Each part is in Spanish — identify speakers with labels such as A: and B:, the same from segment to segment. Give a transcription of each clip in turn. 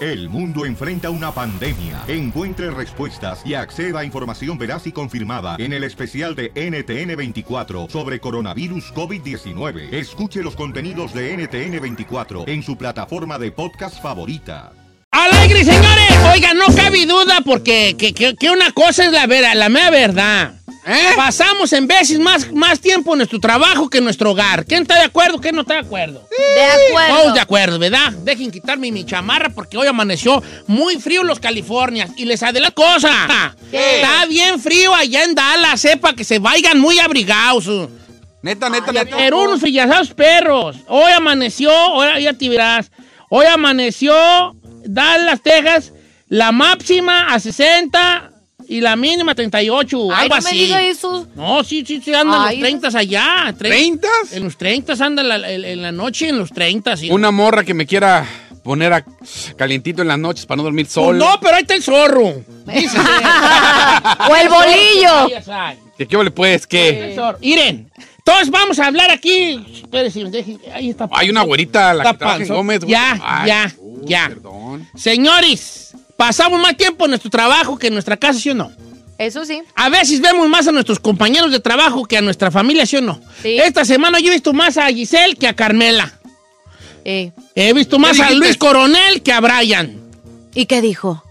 A: El mundo enfrenta una pandemia. Encuentre respuestas y acceda a información veraz y confirmada en el especial de NTN24 sobre coronavirus COVID-19. Escuche los contenidos de NTN24 en su plataforma de podcast favorita.
B: ¡Alegre, señores! Oiga, no cabe duda porque que, que- que una cosa es la, vera, la mera verdad. Pasamos en veces más, más tiempo en nuestro trabajo que en nuestro hogar. ¿Quién está de acuerdo? ¿Quién no está de acuerdo?
C: De acuerdo.
B: Todos de acuerdo, ¿verdad? Dejen quitarme mi chamarra porque hoy amaneció muy frío en los Californias. Y les adelanto cosa.
C: ¿Qué?
B: Está bien frío allá en Dallas, sepa que se vayan muy abrigados.
D: Neta, neta, neta.
B: Pero unos frillazados perros. Hoy amaneció, hoy ya te verás. Hoy amaneció Dallas, Texas, la máxima a 60 y la mínima a 38.
C: Ay,
B: algo
C: no me
B: así.
C: diga eso.
B: No, sí, sí, sí, andan
C: Ay,
B: los 30 allá. tre-
D: ¿Treintas?
B: En los 30 andan la- en, en la noche, en los 30. Sí.
D: Una morra que me quiera poner a- calientito en las noches para no dormir
B: Pues
D: solo.
B: no, pero ahí está el zorro. Dice.
C: O el bolillo.
D: ¿De qué le puedes? ¿Qué?
B: Zorro. Miren, todos vamos a hablar aquí. Espérense, dejen- ahí está.
D: Hay una güerita, la
B: Está
D: que trabaja en
B: panzón.
D: Gómez. güey.
B: Ya,
D: Ay,
B: ya,
D: uy,
B: ya.
D: Perdón.
B: Señores, pasamos más tiempo en nuestro trabajo que en nuestra casa, ¿sí o no?
C: Eso sí.
B: A veces vemos más a nuestros compañeros de trabajo que a nuestra familia, ¿sí o no?
C: Sí.
B: Esta semana yo he visto más a Giselle que a Carmela.
C: Eh,
B: He visto más a
D: dijiste?
B: Luis Coronel que a Brian.
C: ¿Y qué dijo?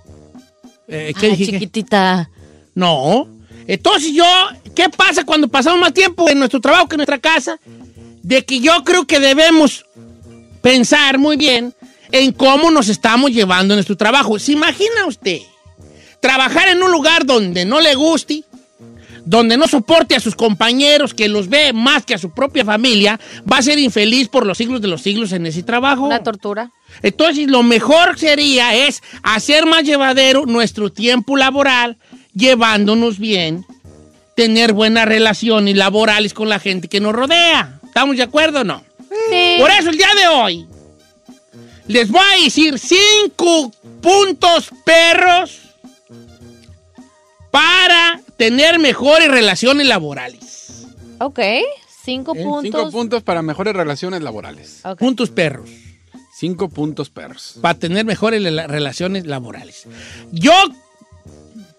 B: Eh, ¿Qué
C: Ay,
B: dije?
C: chiquitita.
B: No. Entonces yo, ¿qué pasa cuando pasamos más tiempo en nuestro trabajo que en nuestra casa? De que yo creo que debemos pensar muy bien en cómo nos estamos llevando en nuestro trabajo. ¿Se imagina usted trabajar en un lugar donde no le guste, donde no soporte a sus compañeros, que los ve más que a su propia familia, va a ser infeliz por los siglos de los siglos en ese trabajo?
C: Una tortura.
B: Entonces, lo mejor sería es hacer más llevadero nuestro tiempo laboral, llevándonos bien, tener buenas relaciones laborales con la gente que nos rodea. ¿Estamos de acuerdo o no?
C: Sí.
B: Por eso, el día de hoy, les voy a decir cinco puntos perros para tener mejores relaciones laborales.
C: Ok. Eh, Cinco puntos.
D: Cinco puntos para mejores relaciones laborales.
C: Ok.
B: Puntos perros.
D: Cinco puntos perros.
B: para tener mejores la- relaciones laborales. Yo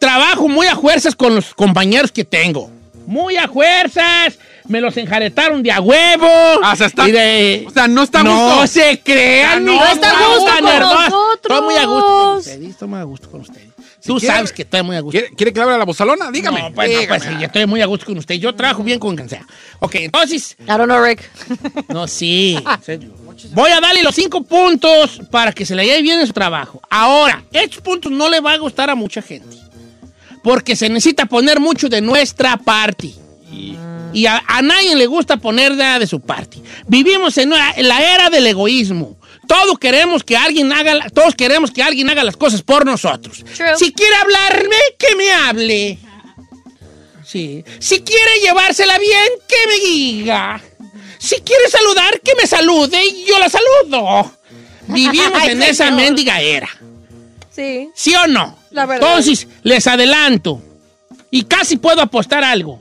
B: trabajo muy a fuerzas con los compañeros que tengo. Muy a fuerzas. Me los enjaretaron de a huevo.
D: Ah, o sea, está-
B: Y de-
D: o sea, no está a
B: No
D: gusto.
B: se crean.
D: O sea, no
B: ni-
D: está a
B: tan
D: gusto
B: tan
D: con
B: hermoso.
C: nosotros.
B: Estoy muy a gusto con ustedes. Estoy muy a gusto con ustedes. Tú
D: quiere-
B: sabes que estoy muy a gusto.
D: ¿Quiere, quiere que le hable a la bozalona? Dígame.
B: No, pues, no, pues,
D: Dígame.
B: sí, yo estoy muy a gusto con ustedes. Yo trabajo bien con Gansea. Ok, entonces,
C: I don't know, Rick.
B: no, sí. en serio. Voy a darle los cinco puntos para que se le lleve bien en su trabajo. Ahora, estos puntos no le va a gustar a mucha gente. Porque se necesita poner mucho de nuestra parte. Y a, a nadie le gusta poner nada de su parte. Vivimos en, una- en la era del egoísmo. Todos queremos que alguien haga, la- todos queremos que alguien haga las cosas por nosotros.
C: True.
B: Si quiere hablarme, que me hable. Sí. Si quiere llevársela bien, que me diga. Si quiere saludar, que me salude y yo la saludo. Vivimos
C: Ay,
B: en esa
C: señor.
B: mendiga era.
C: Sí.
B: ¿Sí o no?
C: La verdad.
B: Entonces, les adelanto. Y casi puedo apostar algo.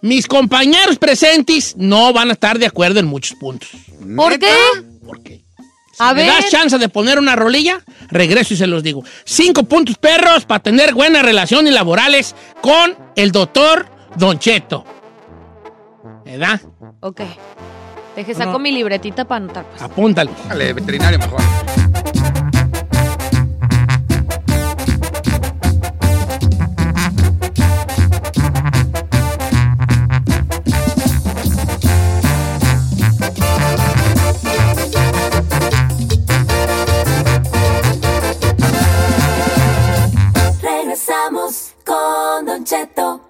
B: Mis compañeros presentes no van a estar de acuerdo en muchos puntos.
C: ¿Por qué?
B: ¿Por qué? Si
C: A
B: me
C: ver.
B: das chance de poner una rolilla, regreso y se los digo. Cinco puntos perros para tener buenas relaciones laborales con el doctor Don Cheto. ¿Verdad?
C: Ok. Deje, saco mi libretita para anotar. pues.
B: Apúntalo.
D: Dale, veterinario mejor.
E: Regresamos con Don Cheto.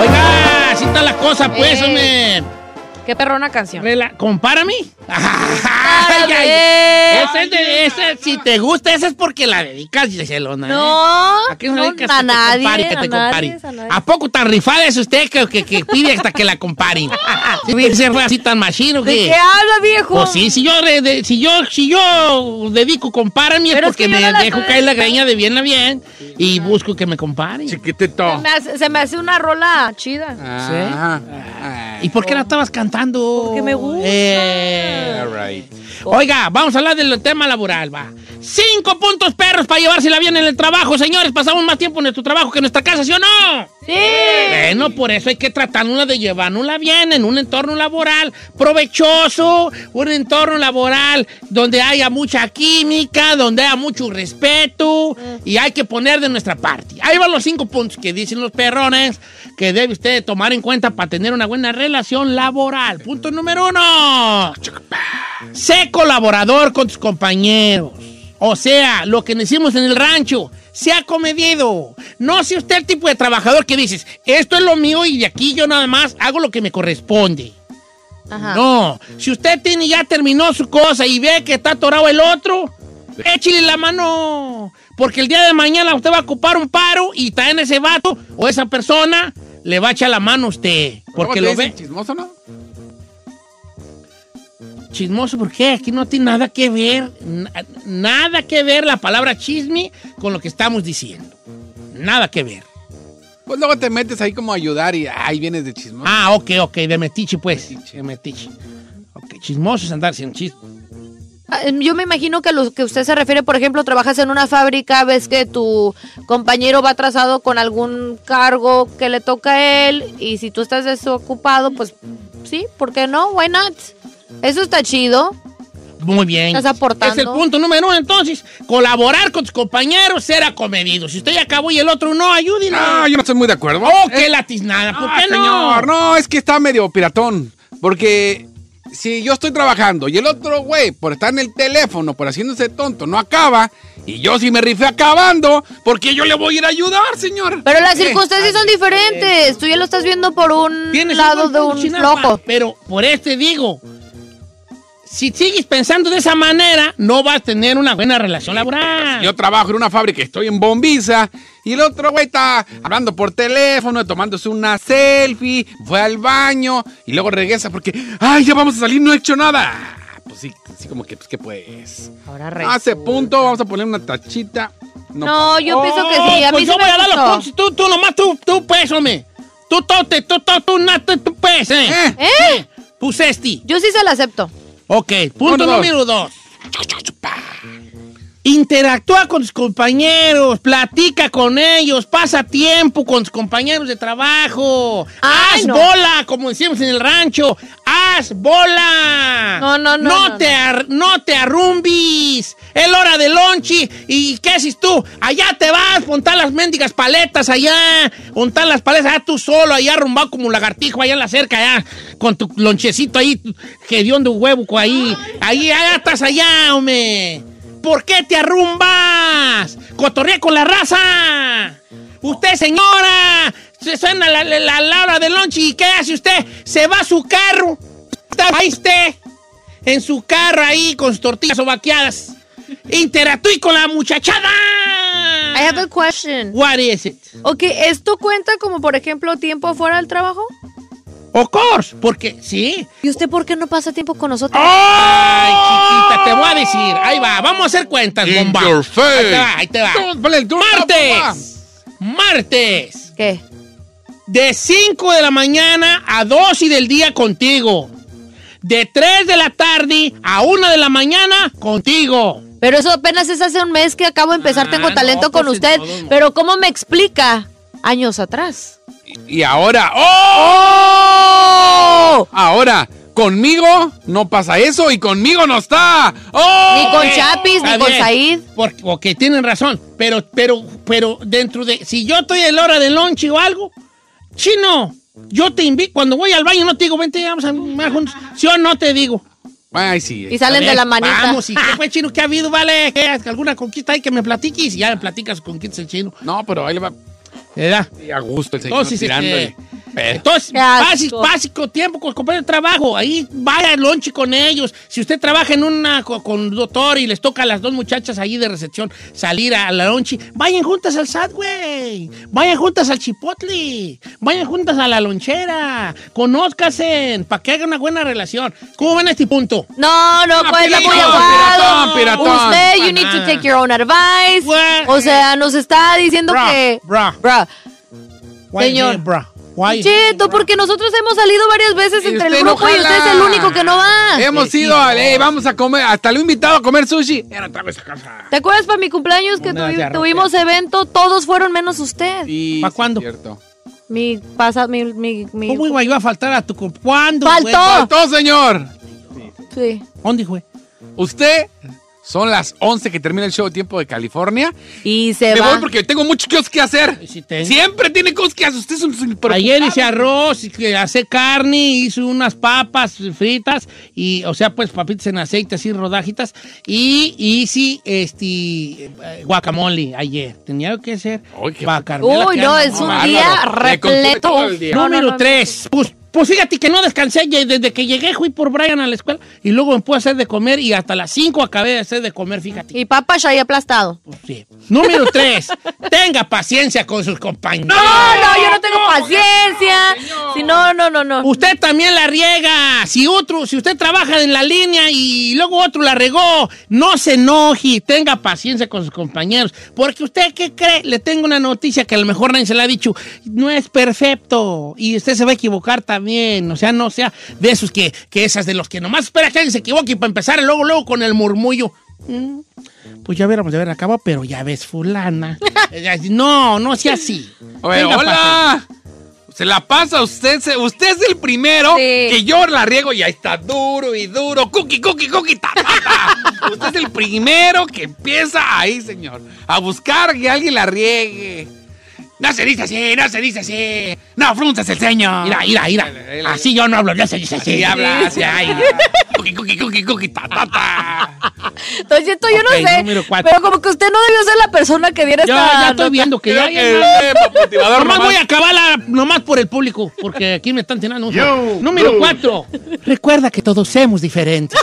B: Oiga, así está la cosa, pues,
C: Ey.
B: hombre.
C: Qué perrona canción.
B: Rela- Compárame.
C: Ay,
B: Ay, ay.
C: ay.
B: Esa es de- esa, si te gusta, esa es porque la dedicas, Giselona. ¿eh?
C: No,
B: ¿A quién
C: no,
B: dedicas
C: a
B: que te
C: nadie,
B: compare, que te
C: a nadie,
B: compare?
C: a nadie.
B: ¿A poco tan rifada es usted que, que- que pide hasta que la comparen? ¿Sí, ¿Se fue así tan machino o
C: ¿De
B: qué?
C: qué habla, viejo?
B: Pues sí, si yo, re- de- si yo, si yo dedico compárame es
C: Pero es
B: porque
C: que yo
B: me
C: no la
B: dejo
C: estoy
B: caer la greña de bien a bien y busco que me comparen.
C: Se
D: Chiquitito.
C: me hace, se me hace una rola chida.
D: Ah,
B: ¿Y por qué la estabas cantando?
C: Porque me gusta.
B: Eh,
D: all right.
B: Oiga, vamos a hablar del tema laboral, va. Cinco puntos perros para llevársela bien en el trabajo, señores. Pasamos más tiempo en nuestro trabajo que en nuestra casa, ¿sí o no?
C: Sí. Eh.
B: Bueno, por eso hay que tratarla de llevárnosla bien en un entorno laboral provechoso, un entorno laboral donde haya mucha química, donde haya mucho respeto y hay que poner de nuestra parte. Ahí van los cinco puntos que dicen los perrones que debe usted tomar en cuenta para tener una buena relación laboral. Punto número uno. Sé colaborador con tus compañeros. O sea, lo que decimos en el rancho, sea comedido. No sea usted el tipo de trabajador que dices, esto es lo mío y de aquí yo nada más hago lo que me corresponde.
C: Ajá.
B: No, si usted tiene ya terminó su cosa y ve que está atorado el otro, échale la mano. Porque el día de mañana usted va a ocupar un paro y está en ese vato o esa persona le va a echar la mano a usted.
D: ¿Cómo
B: Porque
D: te
B: lo
D: dicen?
B: ve.
D: ¿Chismoso no?
B: Chismoso, ¿por qué? Aquí no tiene nada que ver, na- nada que ver la palabra chisme con lo que estamos diciendo. Nada que ver.
D: Pues luego te metes ahí como a ayudar y ahí vienes de chismoso.
B: Ah, ok, ok, de metiche pues. De metiche. Ok, chismoso es andar sin chisme.
C: Ah, Yo me imagino que lo que usted se refiere, por ejemplo, trabajas en una fábrica, ves que tu compañero va atrasado con algún cargo que le toca a él y si tú estás desocupado, pues sí, ¿por qué no? Why not? Eso está chido.
B: Muy bien.
C: Estás aportando.
B: Es el punto número uno, entonces. Colaborar con tus compañeros, ser acomedido. Si usted ya acabó y el otro no, ayúdenlo.
D: No, yo no estoy muy de acuerdo.
B: Oh,
D: Eh,
B: qué latiznada. ¿Por
D: ah,
B: qué
D: señor,
B: no?
D: no, es que está medio piratón. Porque si yo estoy trabajando y el otro güey, por estar en el teléfono, por haciéndose tonto, no acaba, y yo si me rifé acabando, ¿por qué yo le voy a ir a ayudar, señor?
C: Pero las
D: Eh,
C: circunstancias son diferentes. Tú ya lo estás viendo por un
B: Tienes un
C: lado
B: buen
C: de
B: punto,
C: un
B: Chinampa,
C: loco.
B: Pero por eso te digo, si sigues pensando de esa manera, no vas a tener una buena relación laboral.
D: Yo trabajo en una fábrica, estoy en Bombiza, y el otro güey está hablando por teléfono, tomándose una selfie, fue al baño, y luego regresa porque, ay, ya vamos a salir, no he hecho nada. Pues sí, así como que, pues, ¿qué pues?
C: Ahora
D: Hace punto, vamos a poner una tachita.
C: No,
D: No,
C: yo pienso que sí. A mí
B: pues
C: sí
B: yo
C: me
B: voy a dar los
C: gustó.
B: puntos. Tú, tú nomás, tú, tú, pues, hombre. Tú, tote, tú, tú, tú, nate, tú, pues, eh.
D: Eh.
C: ¿Eh?
B: Puse este.
C: Yo sí se la acepto.
B: Ok, punto
D: Número dos.
B: número dos. Interactúa con tus compañeros, platica con ellos, pasa tiempo con tus compañeros de trabajo.
C: Ay,
B: haz
C: no.
B: bola, como decíamos en el rancho, haz bola.
C: No, no, no,
B: No,
C: no,
B: te,
C: no.
B: ar- no te arrumbis. Es la hora de lonchi. ¿Y qué haces tú? Allá te vas, montar las mendigas paletas allá, montar las paletas allá tú solo, allá arrumbado como un lagartijo, allá en la cerca, allá, con tu lonchecito ahí, hediondo huevo ahí. Ahí, allá estás allá, hombre. ¿Por qué te arrumbas? Cotorrea con la raza. Usted, señora, se suena la, la, la- la hora de lonchi y ¿qué hace usted? Se va a su carro. Está ahí usted en su carro ahí con sus tortillas o vaqueadas. Interactúe con la muchachada.
C: I have a question.
B: What is it?
C: Ok, ¿esto cuenta como, por ejemplo, tiempo fuera del trabajo?
B: Of course, porque sí.
C: ¿Y usted por qué no pasa tiempo con nosotros?
D: Oh.
B: ¡Ah! Ay, chiquita, te voy a decir. Ahí va, vamos a hacer cuentas,
D: In
B: bomba.
D: your face.
B: Ahí te va, ahí te va. Martes. Martes.
C: ¿Qué?
B: De 5 de la mañana a 2 y del día contigo. De 3 de la tarde a 1 de la mañana contigo.
C: Pero eso apenas es hace un mes que acabo de empezar,
B: Ah,
C: tengo talento
B: no,
C: con
B: pues,
C: usted.
B: en todos modos.
C: Pero ¿cómo me explica? Años atrás.
D: Y ahora. ¡Oh! Ahora, conmigo no pasa eso y conmigo no está. ¡Oh!
C: Ni con
B: Eh,
C: Chapis, ni
B: está
C: con
B: bien.
C: Said.
B: Porque, ok, tienen razón. Pero, pero, pero dentro de. Si yo estoy en la hora del lunch o algo, chino, yo te invito. Cuando voy al baño, no te digo, vente, vamos a más juntos. Si yo no te digo.
D: Ay, sí.
C: Y salen
B: A ver,
C: de la manita.
B: Vamos, ¿y qué fue chino? ¿Qué ha habido, vale? ¿Qué, ¿Alguna conquista hay que me platiques? Y ya me platicas con quién es el chino.
D: No, pero ahí le va
B: ¿Verdad?
D: sí, a gusto el señor
B: Entonces,
D: tirándole.
B: este,
D: Pero-
B: Entonces,
C: Qué asco.
B: básico, básico tiempo con los compañeros de trabajo. Ahí vaya al lonche con ellos. Si usted trabaja en una co- con, un doctor y les toca a las dos muchachas ahí de recepción salir a la lonche, vayan juntas al Subway, vayan juntas al Chipotle, vayan juntas a la lonchera, conózcasen para que hagan una buena relación. ¿Cómo van a este punto?
C: No, no,
D: Ah,
C: pues está muy
D: piratón, piratón,
C: aguado.
D: piratón.
C: Usted, you
B: Para
C: need to
B: nada.
C: take your own advice.
B: Bueno.
C: O sea, nos está diciendo
B: Bra,
C: que.
B: bra.
C: Bra.
B: Why
C: Señor.
B: me, bra? Why?
C: Cheto, porque nosotros hemos salido varias veces
D: Y
C: entre el
D: usted no
C: grupo y usted es
D: jala.
C: el único que no va.
D: Hemos
B: sí,
D: ido
B: sí.
D: al. eh, vamos a comer. Hasta lo he invitado a comer sushi. Ya no traigo esa cosa.
C: ¿Te acuerdas para mi cumpleaños que
B: Una
C: tuvi-
B: garrotera.
C: tuvimos evento? Todos fueron menos usted.
D: Sí,
B: ¿Pa'
D: sí,
B: cuándo?
D: Cierto.
C: Mi pasa, mi, mi, mi-
B: ¿Cómo iba yo a faltar a tu cu- ¿Cuándo?
C: Faltó.
B: güey?
D: ¡Faltó, señor!
C: Sí.
B: ¿Dónde fue?
D: Usted. Son las 11 que termina el show de tiempo de California.
C: Y se
D: Me
C: va.
D: voy porque tengo muchos cosas que hacer.
B: Sí, tengo.
D: Siempre tiene cosas que hacer. Usted es un
B: Ayer hice
D: preocupado.
B: arroz, que hace carne, hice unas papas fritas, y, o sea, pues papitas en aceite, así rodajitas, y hice este eh, guacamole ayer. Tenía que ser
D: Ay, qué-
B: guacamole.
C: Uy, no, es
D: No,
C: un
D: bárbaro.
C: día
D: Le consume todo
C: repleto.
D: el día.
C: No, no,
B: Número
C: no.
B: tres. Pues, pues fíjate que no descansé y desde que llegué fui por Brian a la escuela y luego me pude hacer de comer y hasta las 5 acabé de hacer de comer, fíjate.
C: Y papá ya ahí aplastado.
B: Pues, sí. Número tres. Tenga paciencia con sus compañeros.
C: No, no, yo no tengo paciencia. Si no, no, no, no.
B: Usted también la riega. Si otro, si usted trabaja en la línea y luego otro la regó, no se enoje, tenga paciencia con sus compañeros. Porque usted, ¿qué cree? Le tengo una noticia que a lo mejor nadie se la ha dicho. No es perfecto. Y usted se va a equivocar también. O sea, no sea de esos que, que esas de los que nomás espera que alguien se equivoque y para empezar luego, luego con el murmullo. Mm, Pues ya hubiéramos de haber acabado, pero ya ves, fulana. No, no sea así.
D: Oye,
B: Tenga paciencia.
D: hola. Se la pasa usted, se- usted es el primero
C: Sí.
D: que yo la riego y ahí está duro y duro, cookie, cookie, cookie, ta, ta, ta. usted es el primero que empieza ahí, señor, a buscar que alguien la riegue. No se dice así, no se dice así, no frunzas el ceño.
B: Mira, mira, mira. Así yo no hablo, ya se dice así.
D: Sí, habla,
B: Sí.
D: así, ay, cookie, cookie, cookie, cookie, ta, ta, ta.
C: Entonces, esto yo
B: Ok,
C: no
B: número
C: sé.
B: cuatro.
C: Pero como que usted no debió ser la persona que diera
B: Yo
C: esta.
B: ya estoy
C: nota.
B: viendo que ya.
D: Creo que
B: ya-
D: eh, motivador
B: Nomás
D: nomás.
B: voy a acabarla nomás por el público, porque aquí me están tirando. un-
A: Yo,
B: Número
A: yo.
B: 4. Recuerda que todos somos diferentes.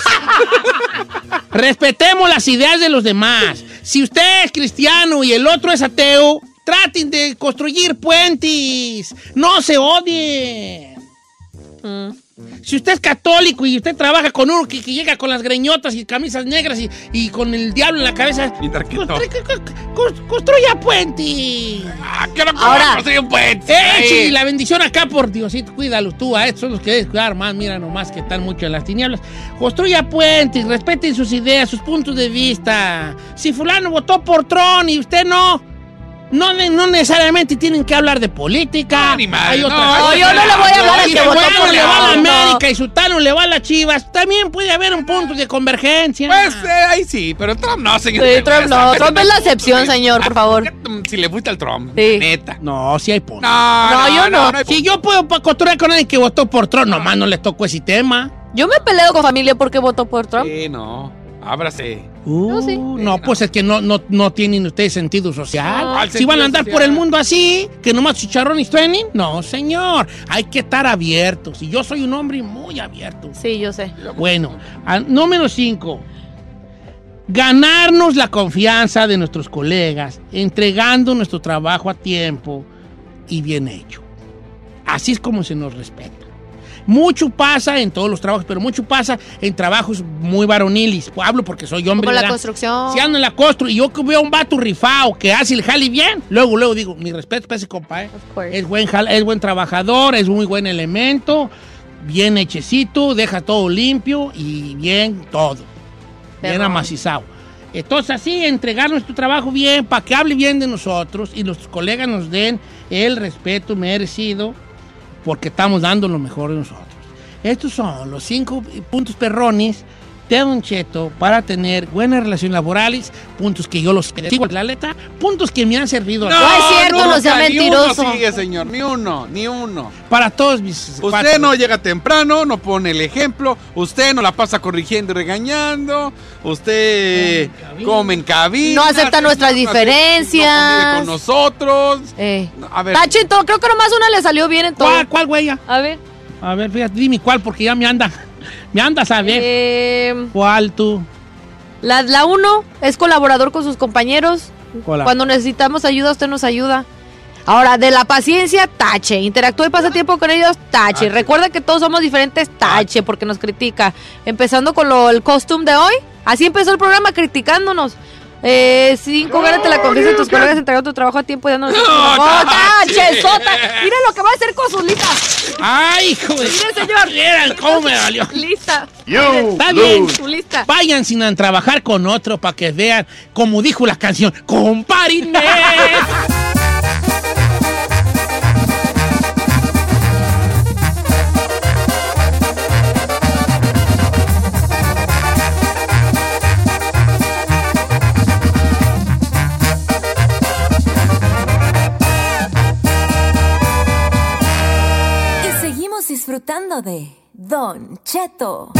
B: Respetemos las ideas de los demás. Si usted es cristiano y el otro es ateo, traten de construir puentes. No se odien.
C: Mm.
B: Si usted es católico y usted trabaja con uno que, que llega con las greñotas y camisas negras y, y con el diablo en la cabeza,
D: Y tarquito.
B: constru- constru- constru- construya puentes.
D: Ah, quiero comer,
C: Ahora.
D: no soy un puente.
B: ¡Eh, sí, la bendición acá por Diosito! Cuídalo tú, a estos son los que debes cuidar más. Mira nomás que están mucho en las tinieblas. Construya puentes, respeten sus ideas, sus puntos de vista. Si fulano votó por Tron y usted no, no, ne- no necesariamente tienen que hablar de política.
D: No, ni madre, no,
C: No, yo no le voy a hablar al
B: Y
C: que votó
B: fulano
C: por
B: le va a la
C: León, no.
B: América y Sutano le va a las Chivas. También puede haber un punto de convergencia.
D: Pues eh, ahí sí, pero Trump no, señor.
C: Sí, Trump no. Trump es la excepción,
D: Ah,
C: señor, por favor.
D: Si le gusta el Trump,
C: Sí.
D: neta.
B: No, sí hay puntos.
D: No,
C: No, yo no.
D: hay-
B: Si yo puedo pa- construir con alguien que votó por Tron, nomás no les tocó ese tema.
C: Yo me peleo con familia porque votó por Trump.
D: Sí, no. Ábrase.
B: Uh,
C: No, sí.
B: no, pues es que no, no, no tienen ustedes sentido social.
D: No. ¿Cuál
B: si van
D: sentido
B: a andar
D: social?
B: por el mundo así, que nomás chicharrones truenen, no, señor. Hay que estar abiertos. Y yo soy un hombre muy abierto.
C: Sí, yo sé.
B: Bueno, a- número 5. Ganarnos la confianza de nuestros colegas, entregando nuestro trabajo a tiempo y bien hecho. Así es como se nos respeta. Mucho pasa en todos los trabajos, pero mucho pasa en trabajos muy varonilis. Hablo porque soy hombre.
C: Como la
B: ¿verdad?
C: construcción.
B: Si ando en la constru y yo que veo un vato rifado que hace el jali bien, luego, luego digo, mi respeto para ese compa, ¿eh?
C: Of course.
B: Es buen, jala- es buen trabajador, es muy buen elemento, bien hechecito, deja todo limpio y bien todo, bien
C: Perrón.
B: amacizado. Entonces, así, entregar nuestro trabajo bien, para que hable bien de nosotros y nuestros colegas nos den el respeto merecido, porque estamos dando lo mejor de nosotros. Estos son los cinco puntos perrones de Don Cheto para tener buenas relaciones laborales, puntos que yo los sigo la letra, puntos que me han servido a-
C: No es cierto, no
D: nunca,
C: sea
D: Ni
C: mentiroso.
D: uno sigue, señor, ni uno, ni uno.
B: para todos mis...
D: Usted
B: cuatro.
D: no llega temprano, no pone el ejemplo, usted no la pasa corrigiendo y regañando, usted come en cabina.
C: No acepta nuestras
D: no acepta-
C: diferencias.
D: No convive con nosotros.
C: Eh.
D: A ver.
C: Tachito, creo que nomás una le salió bien en todo.
B: ¿Cuál, cuál, güey?
C: A ver.
B: A ver, fíjate, dime cuál, porque ya me anda, me anda a saber
C: eh,
B: cuál tú.
C: la, la uno es colaborador con sus compañeros.
B: Hola.
C: Cuando necesitamos ayuda, usted nos ayuda. Ahora, de la paciencia, tache. Interactúa y pasa tiempo con ellos, tache. Recuerda que todos somos diferentes, tache, porque nos critica. Empezando con lo, el costume de hoy. Así empezó el programa, criticándonos. Eh, cinco, gánate la confianza de tus colegas entregando tu trabajo a tiempo y dándonos... ¡Oh, tache, sota! Mira lo que va a hacer con sus listas.
B: ¡Ay, hijo de...
C: Mira, señor.
B: Vieran Pues, ¿Cómo me valió?
C: Lista.
B: Está bien.
C: Su lista.
B: Vayan sin a trabajar con otro para que vean, como dijo la canción, compárenme.
E: Y seguimos disfrutando de Don Cheto.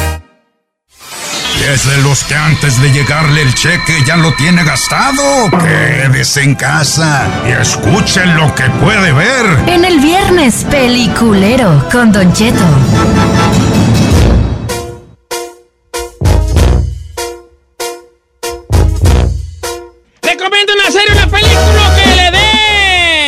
F: ¿Es de los que antes de llegarle el cheque ya lo tiene gastado? Quédese en casa y escuchen lo que puede ver.
G: En el viernes peliculero con Don Cheto.
B: Recomiendo una serie, una película que le dé.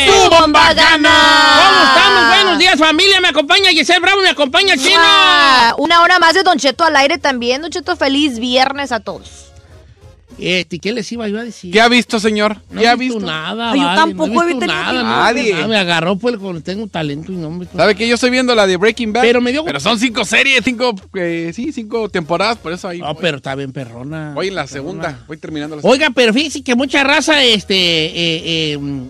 C: ¡Tu bomba
B: ¿Cómo estamos? Buenos días, familia. Me acompaña Giselle Bravo, me acompaña Chino.
C: Ah, Una hora más de Don Cheto al aire también. Don Cheto, feliz viernes a todos.
B: Este, ¿qué les iba yo a decir?
D: ¿Qué ha visto, señor?
B: No
D: ¿Qué
B: he
D: ha
B: visto
D: visto?
B: nada,
C: Ay, yo
B: vale,
C: tampoco
B: no he
C: he
B: visto
C: visto
B: nada, no he
D: Nadie.
B: visto nada. Me agarró pues cuando tengo talento y nombre.
D: ¿Sabe que yo estoy viendo la de Breaking Bad?
B: Pero me dio-
D: Pero son cinco series, cinco, eh, sí, cinco temporadas, por eso ahí.
B: No,
D: voy.
B: Ah, pero está bien perrona.
D: Voy en la
B: Perrona.
D: segunda, voy terminando la segunda.
B: Oiga, pero fíjese que mucha raza, este, eh, eh, mm,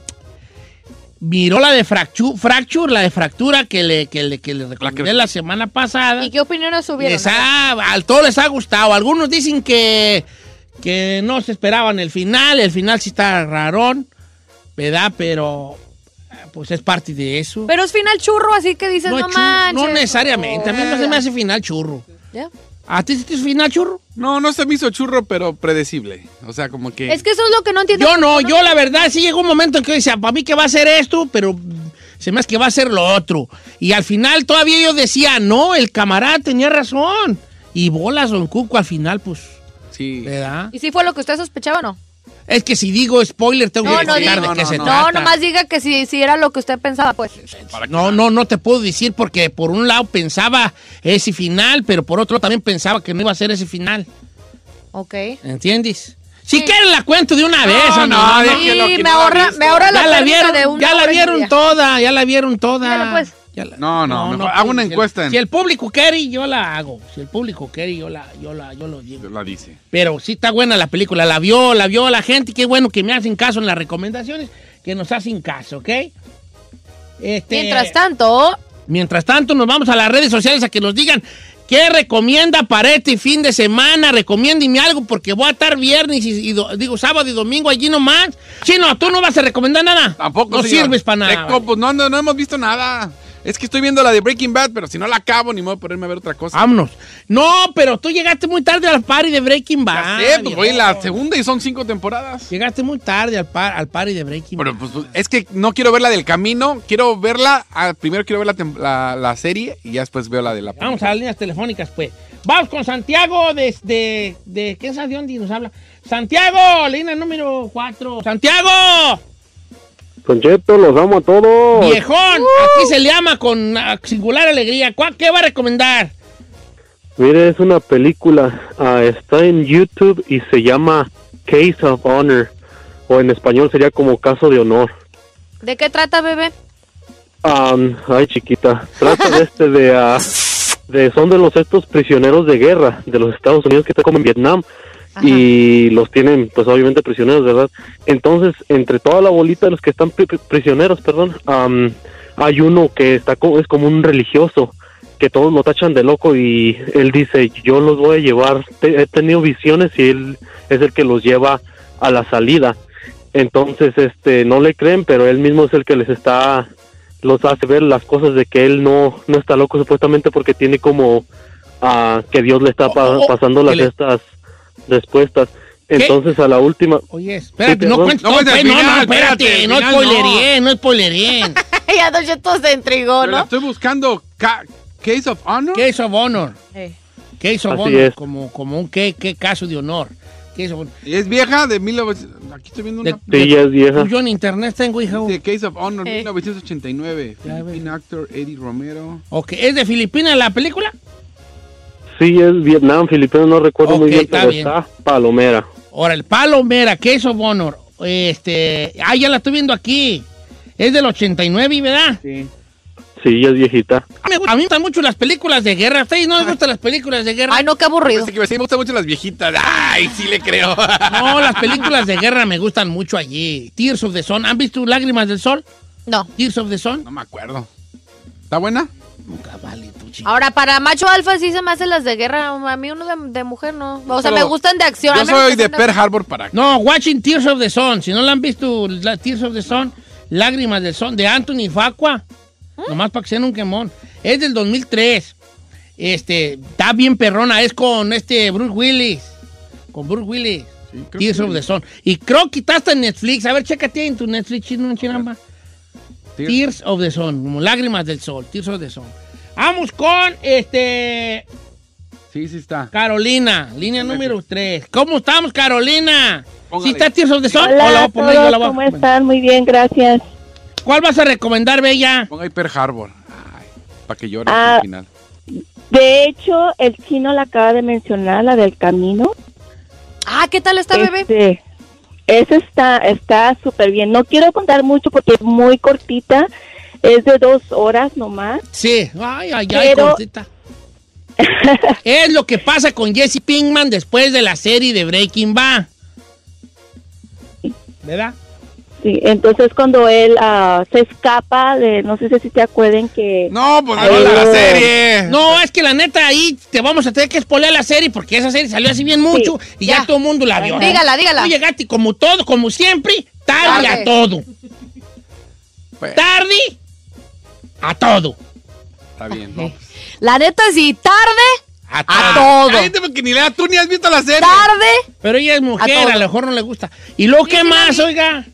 B: miró la de fracture, fracture, la de fractura que le, que le, que le recomendé la,
D: que-
B: semana pasada.
C: ¿Y qué opiniones subieron?
B: Les ha, al todo les ha gustado. Algunos dicen que, que no se esperaban el final, el final sí está rarón, ¿verdad? Pero eh, pues es parte de eso.
C: Pero es final churro, así que dices,
B: no,
C: no,
B: es churro,
C: manches.
B: no necesariamente, a mí no se me hace final churro.
C: Ya.
B: ¿A ti se te hizo final churro?
D: No, no se me hizo churro, pero predecible. O sea, como que.
C: Es que eso es lo que no entiendo.
B: Yo no, yo la verdad sí llegó un momento en que decía, para mí que va a ser esto, pero mm, se me hace que va a ser lo otro. Y al final todavía yo decía, no, el camarada tenía razón. Y bolas, don Cuco, al final, pues,
D: Sí.
B: ¿verdad?
C: ¿Y si fue lo que usted sospechaba o no?
B: Es que si digo spoiler, tengo
C: No,
B: que
C: no
B: explicar
C: digo.
B: de qué
D: No,
B: se
D: no,
B: trata.
C: No, nomás diga que si, si era lo que usted pensaba, pues.
B: No, no, no te puedo decir porque por un lado pensaba ese final, pero por otro también pensaba que no iba a ser ese final.
C: Ok. Ah,
B: ¿Entiendes? Si quieren la cuento de una vez,
D: no,
B: hombre,
D: no,
C: Y
D: que lo que
C: me
D: no la
C: ahorra,
D: viste.
C: me ahorra
B: Ya la
C: pérdida
B: vieron,
C: de una
B: ya la
C: hora y
B: vieron
C: media.
B: toda, ya la vieron toda.
C: Míralo, pues.
B: Ya la-
D: No, no, mejor hago una
B: si el-
D: encuesta.
B: Si el público quiere, yo la hago. Si el público quiere, yo la, yo la, yo lo digo.
D: La dice.
B: Pero sí está buena la película, la vio, la vio la gente, qué bueno que me hacen caso en las recomendaciones, que nos hacen caso, ¿ok? Este,
C: Mientras tanto,
B: Mientras tanto, nos vamos a las redes sociales a que nos digan qué recomienda para este fin de semana. Recomiéndeme algo porque voy a estar viernes y, y do- digo sábado y domingo allí nomás. Chino, tú no vas a recomendar nada.
D: Tampoco.
B: No
D: señor.
B: sirves para nada.
D: Checo, pues no, no, no hemos visto nada. Es que estoy viendo la de Breaking Bad, pero si no la acabo, ni modo de ponerme a ver otra cosa.
B: Vámonos. No, pero tú llegaste muy tarde al party de Breaking Bad.
D: Ya sé, pues
B: viejo.
D: voy en la segunda y son cinco temporadas.
B: Llegaste muy tarde al, par, al party de Breaking Bad.
D: Pero pues, pues, es que no quiero ver la del camino, quiero verla, ah, primero quiero ver la, tem- la, la serie y ya después veo la de la
B: Vamos a las líneas telefónicas, pues. Vamos con Santiago desde... De, ¿Quién sabe de dónde nos habla? Santiago, línea número 4. Santiago.
H: Concheto, los amo a todos.
B: Viejón, aquí se le ama con ah, singular alegría. ¿Cuál- ¿Qué va a recomendar?
H: Mire, es una película. ah, está en YouTube y se llama Case of Honor. O en español sería como caso de honor.
C: ¿de qué trata, bebé?
H: Am, ay, chiquita. Trata de este de, ah, de. Son de los estos prisioneros de guerra de los Estados Unidos que están como en Vietnam. y los tienen pues obviamente prisioneros, ¿verdad? Entonces, entre toda la bolita de los que están pri- pri- prisioneros, perdón, am, hay uno que está co- es como un religioso que todos lo tachan de loco y él dice, yo los voy a llevar, Te- he tenido visiones y él es el que los lleva a la salida. Entonces, este, no le creen, pero él mismo es el que les está, los hace ver las cosas de que él no, no está loco supuestamente porque tiene como ah, que Dios le está pa- pasando las
B: Oh, que le-
H: estas respuestas. Entonces, a la última...
B: Oye, espérate,
H: Sí,
B: no
H: perdón.
B: cuentes
H: No
B: todo,
H: cuentes el
B: pues, no,
H: final,
B: no, espérate,
D: espérate,
B: no
D: el final
B: spoilerien, no spoilerien.
C: ya Don Cheto se intrigó,
D: Pero la
C: ¿no?
D: estoy buscando ca- Case of Honor.
B: Case of Honor,
C: Eh.
B: case of
H: Así
B: honor,
H: es.
B: como, como un qué, qué caso de honor. Case of honor.
D: Es vieja de 1900. Aquí estoy viendo una.
B: De-
H: Sí, ya es vieja.
B: Pues Yo en internet tengo, hija.
D: De Case of Honor,
C: Eh.
D: 1989.
B: Ya ves.
D: Philippine actor Eddie Romero.
B: Ok, ¿es de Filipinas la película?
H: Sí, es Vietnam, filipino, no recuerdo
B: Ok,
H: muy bien,
B: está
H: pero
B: bien.
H: está palomera.
B: Ahora, el Palomera, Case of Honor. Este, ah, ya la estoy viendo aquí. Es del 89, ¿verdad?
D: Sí.
H: Sí, ya es viejita.
B: Ah, me gustan- a mí me gustan mucho las películas de guerra. ¿A ustedes no les gustan las películas de guerra?
C: Ay, no, qué aburrido.
D: que me sí, me gustan mucho las viejitas. Ay, sí le creo.
B: No, las películas de guerra me gustan mucho allí. Tears of the Sun. ¿Han visto Lágrimas del Sol?
C: No.
B: Tears of the Sun.
D: No me acuerdo. ¿Está buena?
B: Nunca vale, tu chica.
C: Ahora, para macho alfa sí se me hacen las de guerra. A mí uno de, de mujer no. O sea,
D: Pero
C: me gustan de acción.
D: Yo
C: A menos
D: soy
C: que
D: de
C: sean
D: Pearl Harbor para acá.
B: No, Watching Tears of the Sun. Si no la han visto, la- Tears of the Sun, Lágrimas del Sun, de Anthony Facua. Nomás para que sean un quemón. Es del 2003. Este, está bien perrona. Es con este Bruce Willis. Con Bruce Willis.
D: Sí, creo
B: Tears
D: que
B: of the Sun. Y creo que está hasta en Netflix. A ver, chécate en tu Netflix, chino, en chiramba.
D: Tears-
B: Tears of the Sun, como Lágrimas del Sol, Tears of the Sun. Vamos con este
D: Sí, sí está.
B: Carolina, línea número 3. ¿Cómo estamos, Carolina?
D: Póngale.
B: ¿Sí está Tears of the Sun?
I: Hola,
B: ¿O la voy a
I: a
B: poner pues, yo,
I: todos,
B: la voy a
I: ¿cómo
B: poner?
I: están? Muy bien, gracias.
B: ¿Cuál vas a recomendar, Bella?
D: Ponga ahí Pearl Harbor. Ay, para que llore
I: Ah.
D: al final.
I: De hecho, el chino la acaba de mencionar, la del camino.
C: Ah, ¿qué tal está, bebé?
I: Este, esa está está súper bien. No quiero contar mucho porque es muy cortita. Es de dos horas nomás.
B: Sí. Ay, ay, ay,
I: Pero-
B: cortita. es lo que pasa con Jesse Pinkman después de la serie de Breaking Bad. ¿Verdad?
I: Sí, entonces cuando él ah, se escapa de, no sé si te acuerden que...
D: No, pues
I: Ay,
D: habla de la
I: no.
D: serie.
B: No, es que la neta ahí te vamos a tener que spoiler la serie porque esa serie salió así bien mucho y ya,
C: ya.
B: todo el mundo la vio.
C: Dígala, dígala.
B: Tú llegaste como todo, como siempre, tarde,
C: Tarde.
B: a todo.
D: Pues,
B: Tarde a todo.
D: está bien, ¿no?
C: La neta, sí, tarde,
B: A
C: a
B: todo.
C: todo.
D: Cállate porque ni la tú ni has visto la serie.
C: Tarde.
B: Pero ella es mujer,
C: todo.
B: a, lo mejor no le gusta. ¿Y luego qué más, oiga?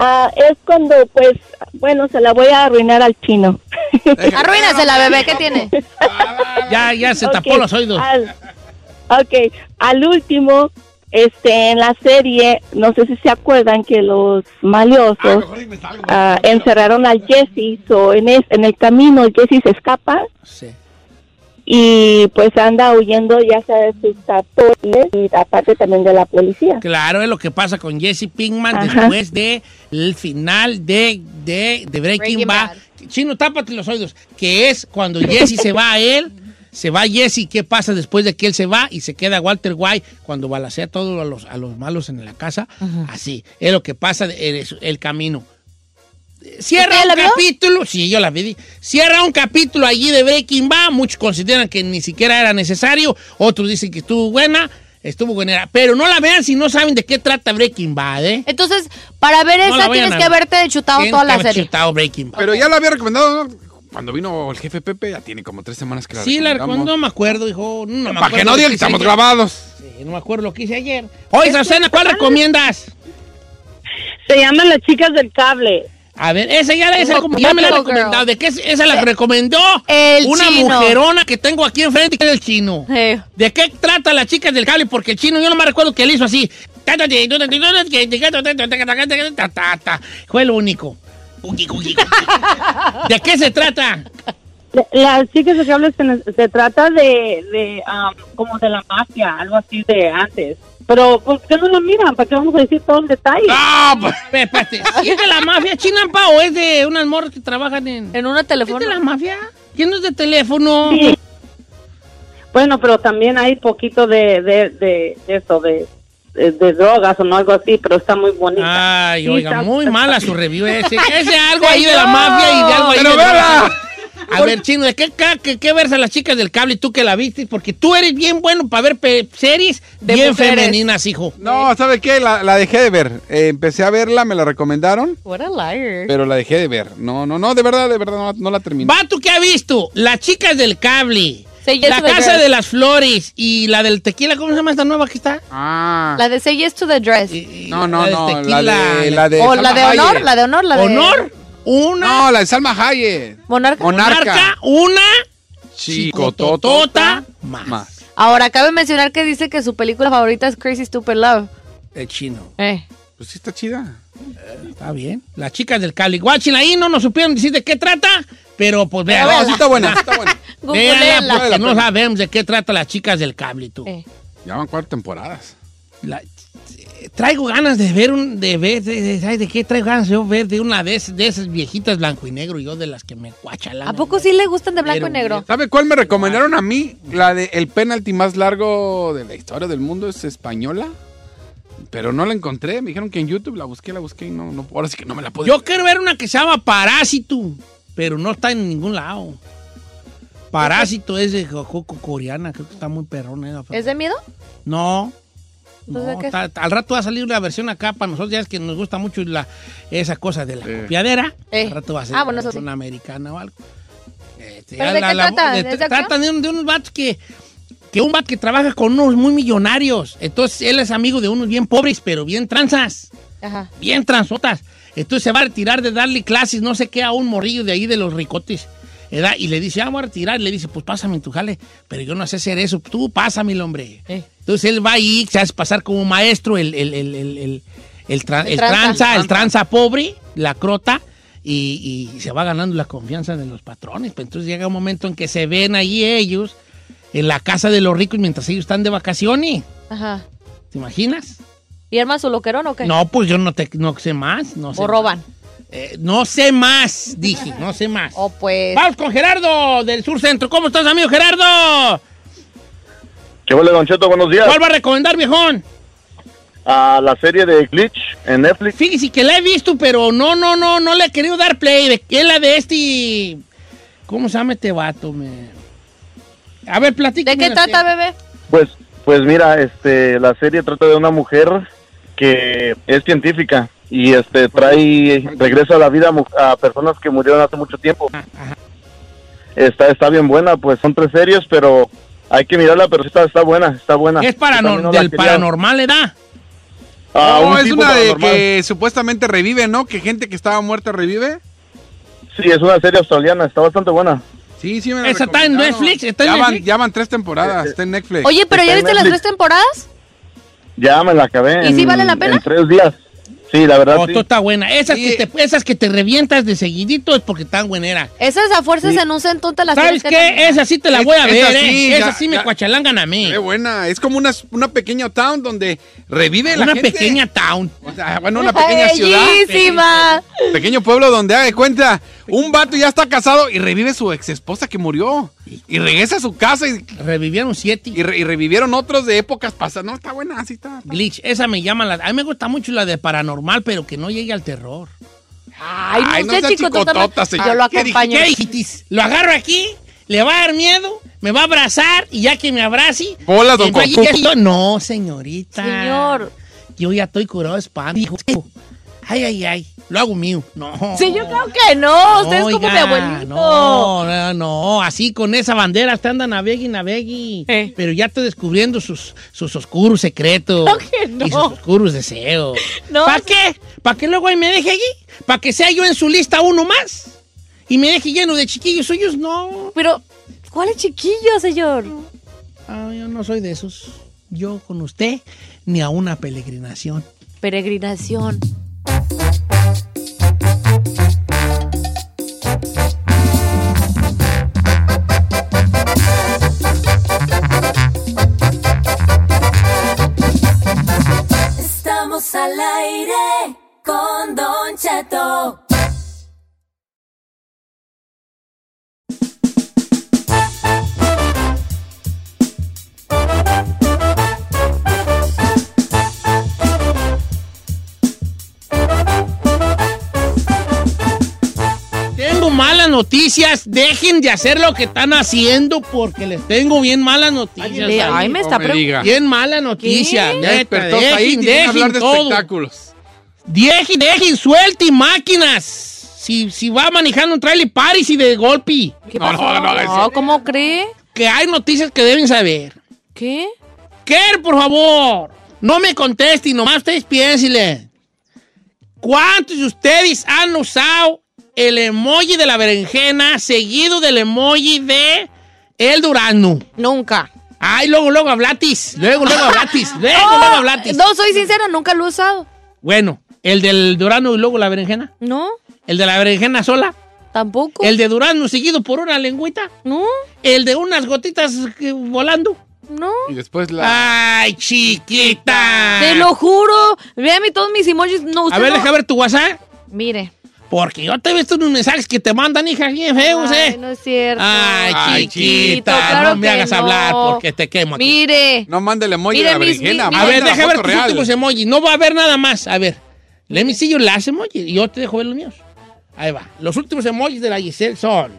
I: Ah, es cuando, pues, bueno, se la voy a arruinar al chino.
D: Venga.
C: Arruínasela, bebé, ¿qué tiene?
D: Ah,
B: Ya, ya se
I: Ok, Ah.
B: tapó los oídos.
I: Al, ok, al último, este, en la serie, no sé si se acuerdan que los
D: Ah,
I: maliosos
D: mejor y me salgo.
I: ah, encerraron al Jesse, so, en, es- en el camino Jesse se escapa
B: Sí.
I: y pues anda huyendo ya sea de sus captores y aparte también de la policía.
B: Claro, es lo que pasa con Jesse Pinkman
I: Ajá.
B: después de el final de, de, de Breaking
C: Breaking
B: Bad. Chino, tápate los oídos. Que es cuando Jesse se va a él, se va Jesse, ¿qué pasa después de que él se va? Y se queda Walter White cuando balacea a todos a los, a los malos en la casa. Así, es lo que pasa, de- es el camino. Cierra
C: ¿Usted
B: un
C: la vio?
B: capítulo, sí, yo la vi. Cierra un capítulo allí de Breaking Bad, muchos consideran que ni siquiera era necesario, otros dicen que estuvo buena, estuvo buena, pero no la vean si no saben de qué trata Breaking Bad, ¿eh?
C: Entonces, para ver
B: No la
C: esa
B: vayan
C: tienes
B: a
C: que
B: ver.
C: verte chutado
B: Tienen
C: toda
B: que
C: la
B: haber
C: serie.
B: chutado Breaking Bad.
D: Pero ya la había recomendado ¿no? cuando vino el jefe Pepe, ya tiene como tres semanas que la
B: sí, la
D: recomendamos.
B: recuerdo, no me acuerdo, hijo. No me
D: Para que
B: acuerdo
D: no
B: lo
D: digan que
B: hice
D: estamos
B: ayer.
D: grabados.
B: Sí, no me acuerdo lo que hice ayer. Oye, Susana, ¿cuál recomiendas?
I: Se llaman las chicas del cable.
B: A ver, esa ya, la- esa
C: Lo-
B: como ya me la he
C: Local Girl. Eh,
B: recomendado. ¿De qué es? esa la recomendó?
C: El
B: Una
C: chino.
B: mujerona que tengo aquí enfrente que es el chino.
C: Eh,
B: ¿De qué trata las chicas del cable? Porque el chino yo no me recuerdo que él hizo así. Fue el único. ¿De qué se trata?
I: La- Las chicas del cable se, se trata de, de am, como de la mafia, algo así de antes. Pero, ¿por qué no lo miran? ¿Para qué vamos a decir todo el detalle?
D: ¡No! pues,
B: Espérate, espérate. ¿Sí ¿Es de la mafia chinampa o es de unas morras que trabajan en...
C: En una
B: ¿Es de
C: teléfono.
B: la mafia? ¿Quién no es de teléfono?
I: Sí. Bueno, pero también hay poquito de, de, de eso, de, de- de drogas o no algo así, pero está muy bonita.
B: Ay,
I: Sí,
B: oiga,
I: está-
B: muy mala su review ese. Ese algo ahí de la mafia y de algo ahí
D: Pero
B: de
D: véala.
B: A ver, chino, ¿de qué, ca- qué, qué versa las chicas del cable tú que la viste? Porque tú eres bien bueno para ver pe- series
C: De
B: bien
C: mujeres.
B: femeninas, hijo.
D: No, ¿sabe qué? La, la dejé de ver. Eh, empecé a verla, me la recomendaron,
C: What a liar.
D: pero la dejé de ver. No, no, no, de verdad, de verdad, no, la- no la terminé.
B: Vato que ha visto las chicas del cable,
C: Say yes
B: la
C: to the
B: casa
C: dress.
B: de las flores y la del tequila, ¿cómo se llama esta nueva que está? Eh,
D: Ah.
C: La de Say Yes to the Dress.
D: No, no,
B: la de
D: no.
B: tequila,
D: La de, la
B: la-
D: de.
C: o
D: Salma
C: la de
D: Hayek.
C: honor, la de honor, la de
B: Honor, una
D: No, la de Salma Hayek.
C: Monarca.
D: Monarca.
B: marca, una
D: Chicototota.
B: tota más.
D: Más.
C: Ahora, cabe mencionar que dice que su película favorita es Crazy Stupid Love.
B: El chino.
C: Eh.
D: Pues sí, está chida.
B: Está bien. Las chicas del cable. Guachin ahí no nos supieron decir de qué trata, pero pues vean.
D: No, sí está buena, sí está buena.
B: Véanla,
C: Googleala.
B: porque
D: Vale la
B: no
D: pena.
B: sabemos de qué trata las chicas del cable, tú.
C: Eh.
D: Ya van cuatro temporadas.
B: La- eh, traigo ganas de ver un, de ver, de, de- ¿sabes de qué traigo ganas yo ver de una de, esas- de esas viejitas blanco y negro, yo de las que me cuachalan.
C: ¿A poco sí le gustan de blanco y negro?
D: ¿Sabe cuál me recomendaron a mí? La de el penalti más largo de la historia del mundo es española. Pero no la encontré. Me dijeron que en YouTube la busqué, la busqué y no, no ahora sí que no me la puedo.
B: Yo quiero ver una que se llama Parásito, pero no está en ningún lado. Parásito es de Jojoco coreana, creo que está muy perrona. esa.
C: ¿Es de miedo?
B: No.
C: Entonces,
B: No,
C: ¿qué es?
B: está- al rato va a salir una versión acá para nosotros, ya es que nos gusta mucho la, esa cosa de la
D: Sí.
B: copiadera.
C: Eh.
B: Al rato va a ser
C: Ah, bueno,
B: una
C: eso sí.
B: versión americana o algo. Este,
C: ¿Pero
B: ya
C: de qué trata?
B: de-
C: ¿Es de acción?
B: tratan de, un- de unos vatos que, que un vato que trabaja con unos muy millonarios. Entonces él es amigo de unos bien pobres, pero bien tranzas,
C: Ajá.
B: bien transotas. Entonces se va a retirar de darle clases, no sé qué, a un morrillo de ahí de los ricotes. ¿verdad? Y le dice, ah, voy a retirar. Y le dice, pues pásame tu jale. Pero yo no sé hacer eso. Tú pásamelo, hombre.
C: Eh.
B: Entonces él va ahí, se hace pasar como maestro, el, el, el, el, el, el tra-
C: El
B: el
C: tranza.
B: tranza, el tranza pobre, la crota, y, y se va ganando la confianza de los patrones. Pues entonces llega un momento en que se ven ahí ellos en la casa de los ricos mientras ellos están de vacaciones.
C: Ajá.
B: ¿Te imaginas?
C: ¿Y arma su loquerón o qué?
B: No, pues yo no, te, no sé más. No sé
C: ¿O roban?
B: más. Eh, no sé más, dije, no sé más.
C: O pues...
B: Vamos con Gerardo del Sur Centro. ¿Cómo estás, amigo Gerardo?
H: ¿Qué vale, Don Cheto? Buenos días.
B: ¿Cuál va a recomendar, viejón?
H: A la serie de Glitch en Netflix.
B: Fíjese que la he visto, pero no, no, no, no le he querido dar play. De- Es la de este. ¿Cómo se llama este vato, me? A ver, platícame.
C: ¿De qué trata, bebé?
H: Pues, pues mira, este, la serie trata de una mujer que es científica y este trae regresa a la vida a mu- a personas que murieron hace mucho tiempo. Está, está bien buena, pues son tres series, pero hay que mirarla, pero sí está, está buena, está buena.
B: Es
H: Yo
B: paranor
H: también no la
B: del
H: quería-
B: paranormal, ¿edad?
H: Ah,
D: No,
H: un
D: es
H: tipo
D: una de
H: paranormal.
D: que supuestamente revive, ¿no? Que gente que estaba muerta revive.
H: Sí, es una serie australiana, está bastante buena.
D: Sí, sí, me la
B: ¿Esa está en
D: recomendaron.
B: Netflix? ¿Está en
D: ya, van,
B: Netflix?
D: ya van tres temporadas, está en Netflix.
C: Oye, ¿pero ya
H: Está en
C: viste las tres
H: Netflix.
C: temporadas?
H: Ya me la acabé.
C: ¿Y sí
H: en-
C: vale la pena?
H: En tres días. Sí, la verdad.
B: Oh,
H: sí.
B: tú está buena. Esas,
D: Sí.
B: que te, esas que te revientas de seguidito es porque están bueneras.
C: Esas a fuerzas
H: Sí.
C: en un centón te las
B: ¿Sabes
C: tienes que
B: qué?
C: terminar.
B: Esa sí te la
D: Es-
B: voy a
D: esa
B: ver,
D: sí,
B: ¿eh?
D: ya-
B: Esa sí me
D: ya-
B: cuachalangan a mí.
D: Qué buena. Es como una, una pequeña town donde revive la
B: Una
D: gente.
B: pequeña town.
D: O sea, bueno, una pequeña ciudad.
C: Bellísima.
D: Pequeño pueblo donde haga de cuenta, un vato ya está casado y revive su ex esposa que murió. Y regresa a su casa y,
B: Revivieron siete.
D: y re- y revivieron otros de épocas pasadas. No, está buena, así está. está-
B: Glitch, esa me llama la... A mí me gusta mucho la de paranormal, pero que no llegue al terror.
C: Ay, no,
D: Ay, no
C: sé,
D: sea
C: chico. tú
D: chicotota,
C: también.
D: señor.
C: Yo lo
D: ¿Qué dije?
C: acompaño.
B: ¿Qué dijiste? Lo agarro aquí, le va a dar miedo, me va a abrazar y ya que me abrace.
D: Hola, don
B: entonces
D: Cucu.
B: ya yo- No, señorita.
C: Señor.
B: Yo ya estoy curado de spam, hijo. Ay, ay, ay. Lo hago mío. No.
C: Sí, yo creo que no. Usted es como
B: Oiga,
C: mi abuelito.
B: No, no, no, así con esa bandera te anda navegue y navegue.
C: Eh.
B: Pero ya está descubriendo sus, sus oscuros secretos.
C: Claro que no.
B: Y sus oscuros deseos.
C: No,
B: ¿Para
C: sí.
B: qué? ¿Para qué luego ahí me deje allí? ¿Para que sea yo en su lista uno más? Y me deje lleno de chiquillos suyos. No.
C: Pero, ¿cuál es chiquillo, señor?
B: Ah, yo no soy de esos. Yo con usted ni a una peregrinación.
C: Peregrinación.
E: Estamos al aire con Don Cheto.
B: noticias, dejen de hacer lo que están haciendo porque les tengo bien malas noticias. ahí.
C: Ay, ay, me está No me preocu- diga.
B: Bien mala noticia.
C: ¿Qué?
B: neta,
D: Despertó
B: dejen,
D: Said y viene a
B: dejen
D: hablar de
B: todo.
D: espectáculos.
B: Dejen, dejen, suelten máquinas. Si, si va manejando un trailer, párese de golpe.
C: ¿Qué pasó? No, ¿cómo cree?
B: Que hay noticias que deben saber.
C: ¿Qué?
B: Ker, por favor, no me conteste, nomás ustedes piénsenle. ¿Cuántos de ustedes han usado el emoji de la berenjena seguido del emoji de el durazno?
C: Nunca.
B: Ay, luego, luego hablatis. Luego, luego hablatis. Luego,
D: Oh,
B: luego hablatis.
C: ¡Oh! No, soy sincera, nunca lo he usado.
B: Bueno, el del durazno y luego la berenjena.
C: ¿No?
B: El de la berenjena sola.
C: Tampoco.
B: El de durazno seguido por una lengüita.
C: No.
B: El de unas gotitas eh, volando.
C: No.
D: Y después
B: Ah,
D: la.
B: Ay, chiquita.
C: Te lo juro. Vean mi- todos mis emojis. No, usted
B: A ver,
C: no-
B: deja ver tu WhatsApp.
C: Mire.
B: Porque yo te he visto unos mensajes que te mandan, hija, bien feos,
C: Ay,
B: ¿eh?
C: no es cierto.
B: Ay,
D: Ay,
B: chiquita,
C: claro
B: no me
C: que
B: hagas
C: no.
B: hablar porque te quemo aquí.
C: Mire.
D: No manda el emoji
C: Mire,
D: de la
C: mis-
D: berenjena.
C: mi-
B: a
D: manda
B: ver,
D: la
B: deja
D: foto
B: ver tus
D: real.
B: últimos emojis. No va a haber nada más. A ver, let me see your last emoji. Y Yo te dejo ver los míos. Ahí va. Los últimos emojis de la Giselle son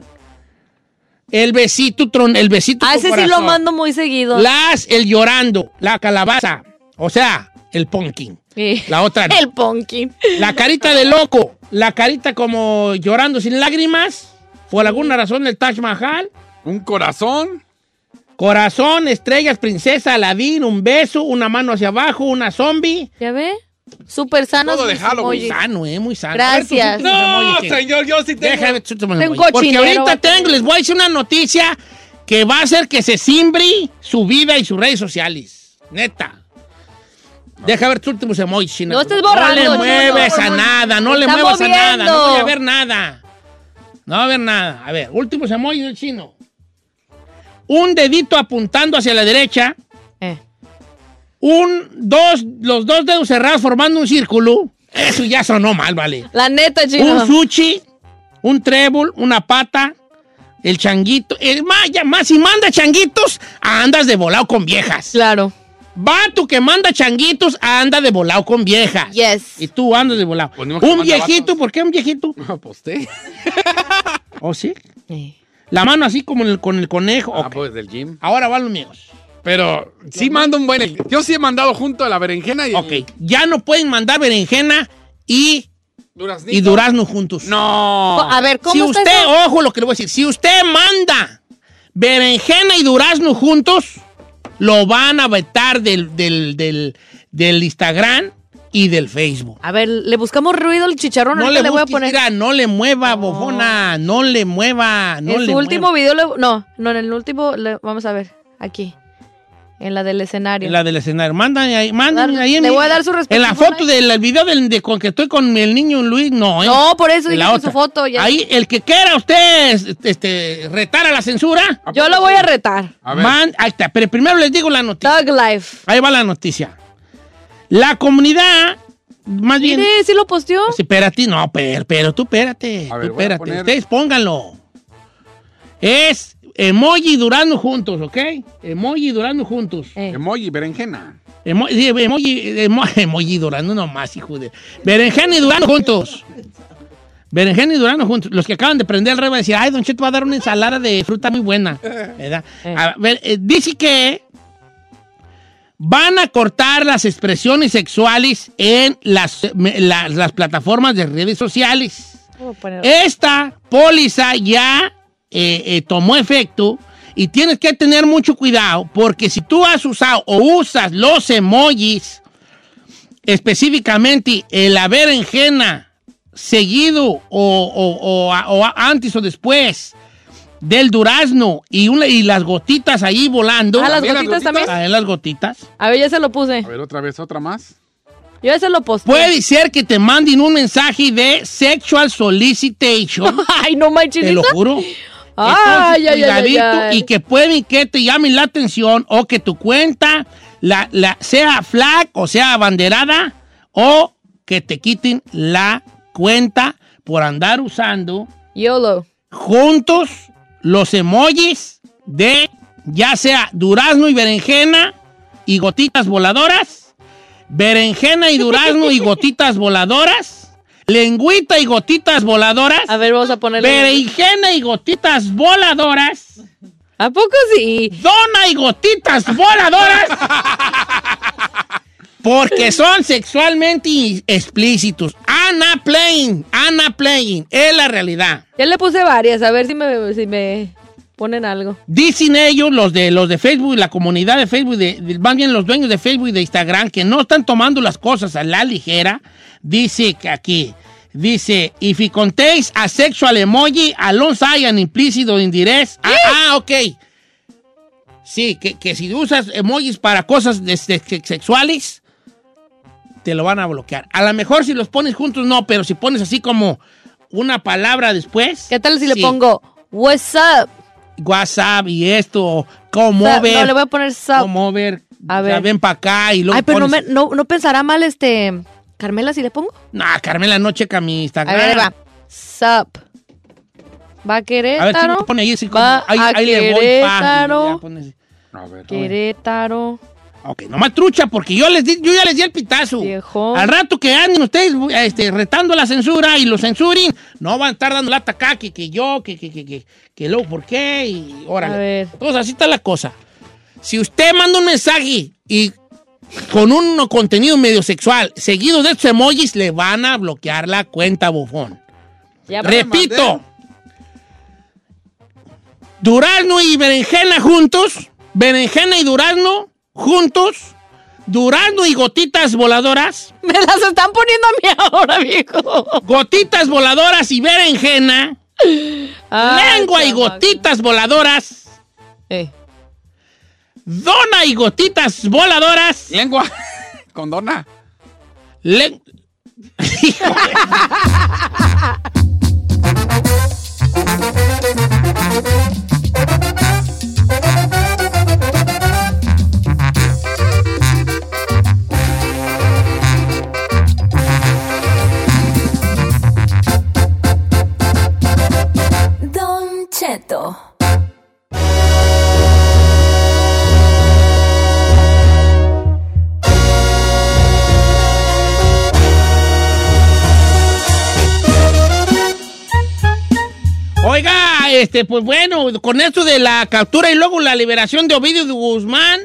B: el besito, tron, el besito
C: A
B: con
C: Ah, ese sí lo
B: corazón.
C: mando muy seguido.
B: Las, el llorando, la calabaza, o sea, el pumpkin.
C: Sí.
B: La otra no.
C: El Ponky.
B: La carita de loco, la carita como llorando sin lágrimas, por alguna razón el Taj Mahal,
D: Un corazón.
B: corazón, estrellas, princesa, Aladín, un beso, una mano hacia abajo, una zombie.
C: ¿Ya ve? Súper sano.
D: Todo de Halloween.
C: Oye,
B: Sano, eh, muy sano. A
C: Gracias.
B: ver, tus últimos
D: No,
B: emojis, ¿qué?
D: señor, yo sí tengo.
B: Déjame tus últimos
C: Tengo
B: emojis. Porque
C: cochinero,
B: ahorita
C: vato.
B: tengo, les voy a decir una noticia que va a hacer que se cimbri su vida y sus redes sociales. Neta. Deja ver tus últimos emojis, China.
C: No estés borrando,
B: No le
C: Chino.
B: mueves a
C: No, no,
B: nada, no
C: te
B: le
C: está
B: muevas a nada, no voy a
C: moviendo.
B: ver nada. No va a ver nada. A ver, últimos emojis del chino. Un dedito apuntando hacia la derecha.
C: Eh.
B: Un, dos, los dos dedos cerrados formando un círculo. Eso ya sonó mal, vale.
C: La neta,
B: Un
C: chino.
B: sushi, un trébol, una pata, el changuito. El más, ya más, si manda changuitos, andas de volado con viejas.
C: Claro.
B: Vato que manda changuitos, anda de volado con viejas.
C: Yes.
B: Y tú andas de volado.
D: Pues ni modo que
B: Un
D: manda
B: viejito,
D: vatos.
B: ¿por qué un viejito?
D: No pues, aposté.
B: ¿O sí?
C: Eh.
B: La mano así como en el- con el conejo.
D: Ah,
B: Ok.
D: pues del gym.
B: Ahora van los míos.
D: Pero sí mando un buen. Yo sí he mandado junto a la berenjena y.
B: Ok. Ya no pueden mandar berenjena y,
D: Duraznito.
B: y durazno juntos.
D: No.
C: A ver, ¿cómo
B: si
C: está
B: usted,
C: eso?
B: ojo lo que le voy a decir, si usted manda berenjena y durazno juntos, lo van a vetar del, del, del, del Instagram y del Facebook.
C: A ver, le buscamos ruido al chicharrón.
B: No
C: ahorita
B: le,
C: le, voy a
B: busques,
C: poner.
B: mira, no le mueva,
C: No.
B: bofona, no le mueva, no
C: en
B: le
C: su último
B: mueva.
C: video. le- No, no, en el último. le- Vamos a ver. Aquí. En la del escenario.
B: En la del escenario, mándame ahí, mándame
C: Dar-
B: ahí. en
C: le
B: mi-
C: voy a dar su
B: En la
C: respectivo
B: foto
C: like.
B: del el video del, de, con que estoy con el niño Luis, no, ¿eh?
C: No, por eso
B: En
C: dije
B: la
C: que
B: otra.
C: su foto. Ya.
B: Ahí, el que quiera usted este, retar a la censura,
C: Yo lo voy a retar.
D: A ver.
B: man- ahí está, pero primero les digo la noticia.
C: Dog Life.
B: Ahí va la noticia. La comunidad, más bien. Pues
C: Mire, sí lo posteó.
B: Sí, espérate, no, pero, pero tú espérate.
D: A ver,
B: tú
D: voy a
B: espérate.
D: poner-
B: Ustedes pónganlo. Es emoji y Durano juntos, ¿ok? Emoji y Durano juntos.
C: Eh.
D: Emoji, berenjena.
B: Emo- sí, emoji, emo- emoji y Durano nomás, hijo de. Berenjena y Durano juntos. Berenjena y Durano juntos. Los que acaban de prender el rey van a decir, ay, Don Cheto va a dar una ensalada de fruta muy buena. ¿Verdad?
C: Eh.
B: A ver, eh, dice que van a cortar las expresiones sexuales en las, me- las- las plataformas de redes sociales.
C: Voy a poner- Ah,
B: Esta póliza ya eh, eh, tomó efecto y tienes que tener mucho cuidado porque si tú has usado o usas los emojis, específicamente el la berenjena, seguido o, o- o a- o a- antes o después del durazno y, una- y las gotitas ahí volando.
C: Ah, las
D: ¿También las
C: gotitas también.
B: Ah, en las gotitas.
C: A ver, ya se lo puse.
D: A ver, otra vez, otra más.
C: Yo ya se lo posteé.
B: Puede ser que te manden un mensaje de sexual solicitation.
C: Ay, no manches.
B: Te lo
C: ¿neta?
B: juro. Entonces,
C: Ay, ay, ay, ay,
B: cuidadito
C: ay.
B: y que pueden que te llamen la atención o que tu cuenta la, la, sea flag o sea abanderada o que te quiten la cuenta por andar usando
C: YOLO.
B: juntos los emojis de ya sea durazno y berenjena y gotitas voladoras, berenjena y durazno y gotitas voladoras, lengüita y gotitas voladoras. A
C: ver, vamos a ponerle.
B: Berenjena y gotitas voladoras.
C: ¿A poco sí?
B: Dona y gotitas voladoras. Porque son sexualmente explícitos. Ana Playing, Ana Playing, es la realidad.
C: Ya le puse varias, a ver si me, si me ponen algo.
B: Dicen ellos, los de los de Facebook, la comunidad de Facebook, de, de- más bien los dueños de Facebook y de Instagram, que no están tomando las cosas a la ligera. Dice que aquí, dice, if you contains a sexual emoji alongside an implicit or indirect. Ah, ah, ok. Sí, que, que si usas emojis para cosas de- de- de- sexuales, te lo van a bloquear. A lo mejor si los pones juntos, no, pero si pones así como una palabra después. ¿Qué
C: tal si le pongo what's up?
B: WhatsApp y esto, cómo
C: Sa-
B: ver.
C: No, le voy a poner sub.
B: Cómo ver.
C: A
B: A
C: ver.
B: ver. ven para acá y luego.
C: Ay, pero no, me-
B: pones-
C: no, no pensará mal este. Carmela, si le pongo.
B: Nah, Carmela, no checa mi
C: A
B: Instagram.
C: ver, ahí va. Sup.
B: A
C: Va a
B: ver si
C: Querétaro.
B: me pone ahí. así como-
C: Va
B: ahí,
C: a
B: ahí le voy. pa.
C: Querétaro.
B: Ya pones- A ver, a ver.
C: Querétaro.
B: Ok, nomás trucha, porque yo les di, yo ya les di el pitazo. Al rato que anden ustedes este, retando la censura y lo censuren, no van a estar dando lata acá, que, que yo, que, que, que, que, que luego, ¿por qué? Y órale.
C: A ver.
B: Entonces, Pues así está la cosa. Si usted manda un mensaje y con un contenido medio sexual, seguido de estos emojis, le van a bloquear la cuenta, bufón.
C: Ya
B: Repito. Durazno y berenjena juntos. Berenjena y durazno juntos. Durazno y gotitas voladoras.
C: Me las están poniendo a mí ahora, viejo.
B: Gotitas voladoras y berenjena. Lengua y gotitas voladoras.
C: Eh.
B: Dona y gotitas voladoras.
D: Lengua. Con dona.
B: Lengua.
E: Don Cheto.
B: Oiga, este, pues bueno, con esto de la captura y luego la liberación de Ovidio de Guzmán,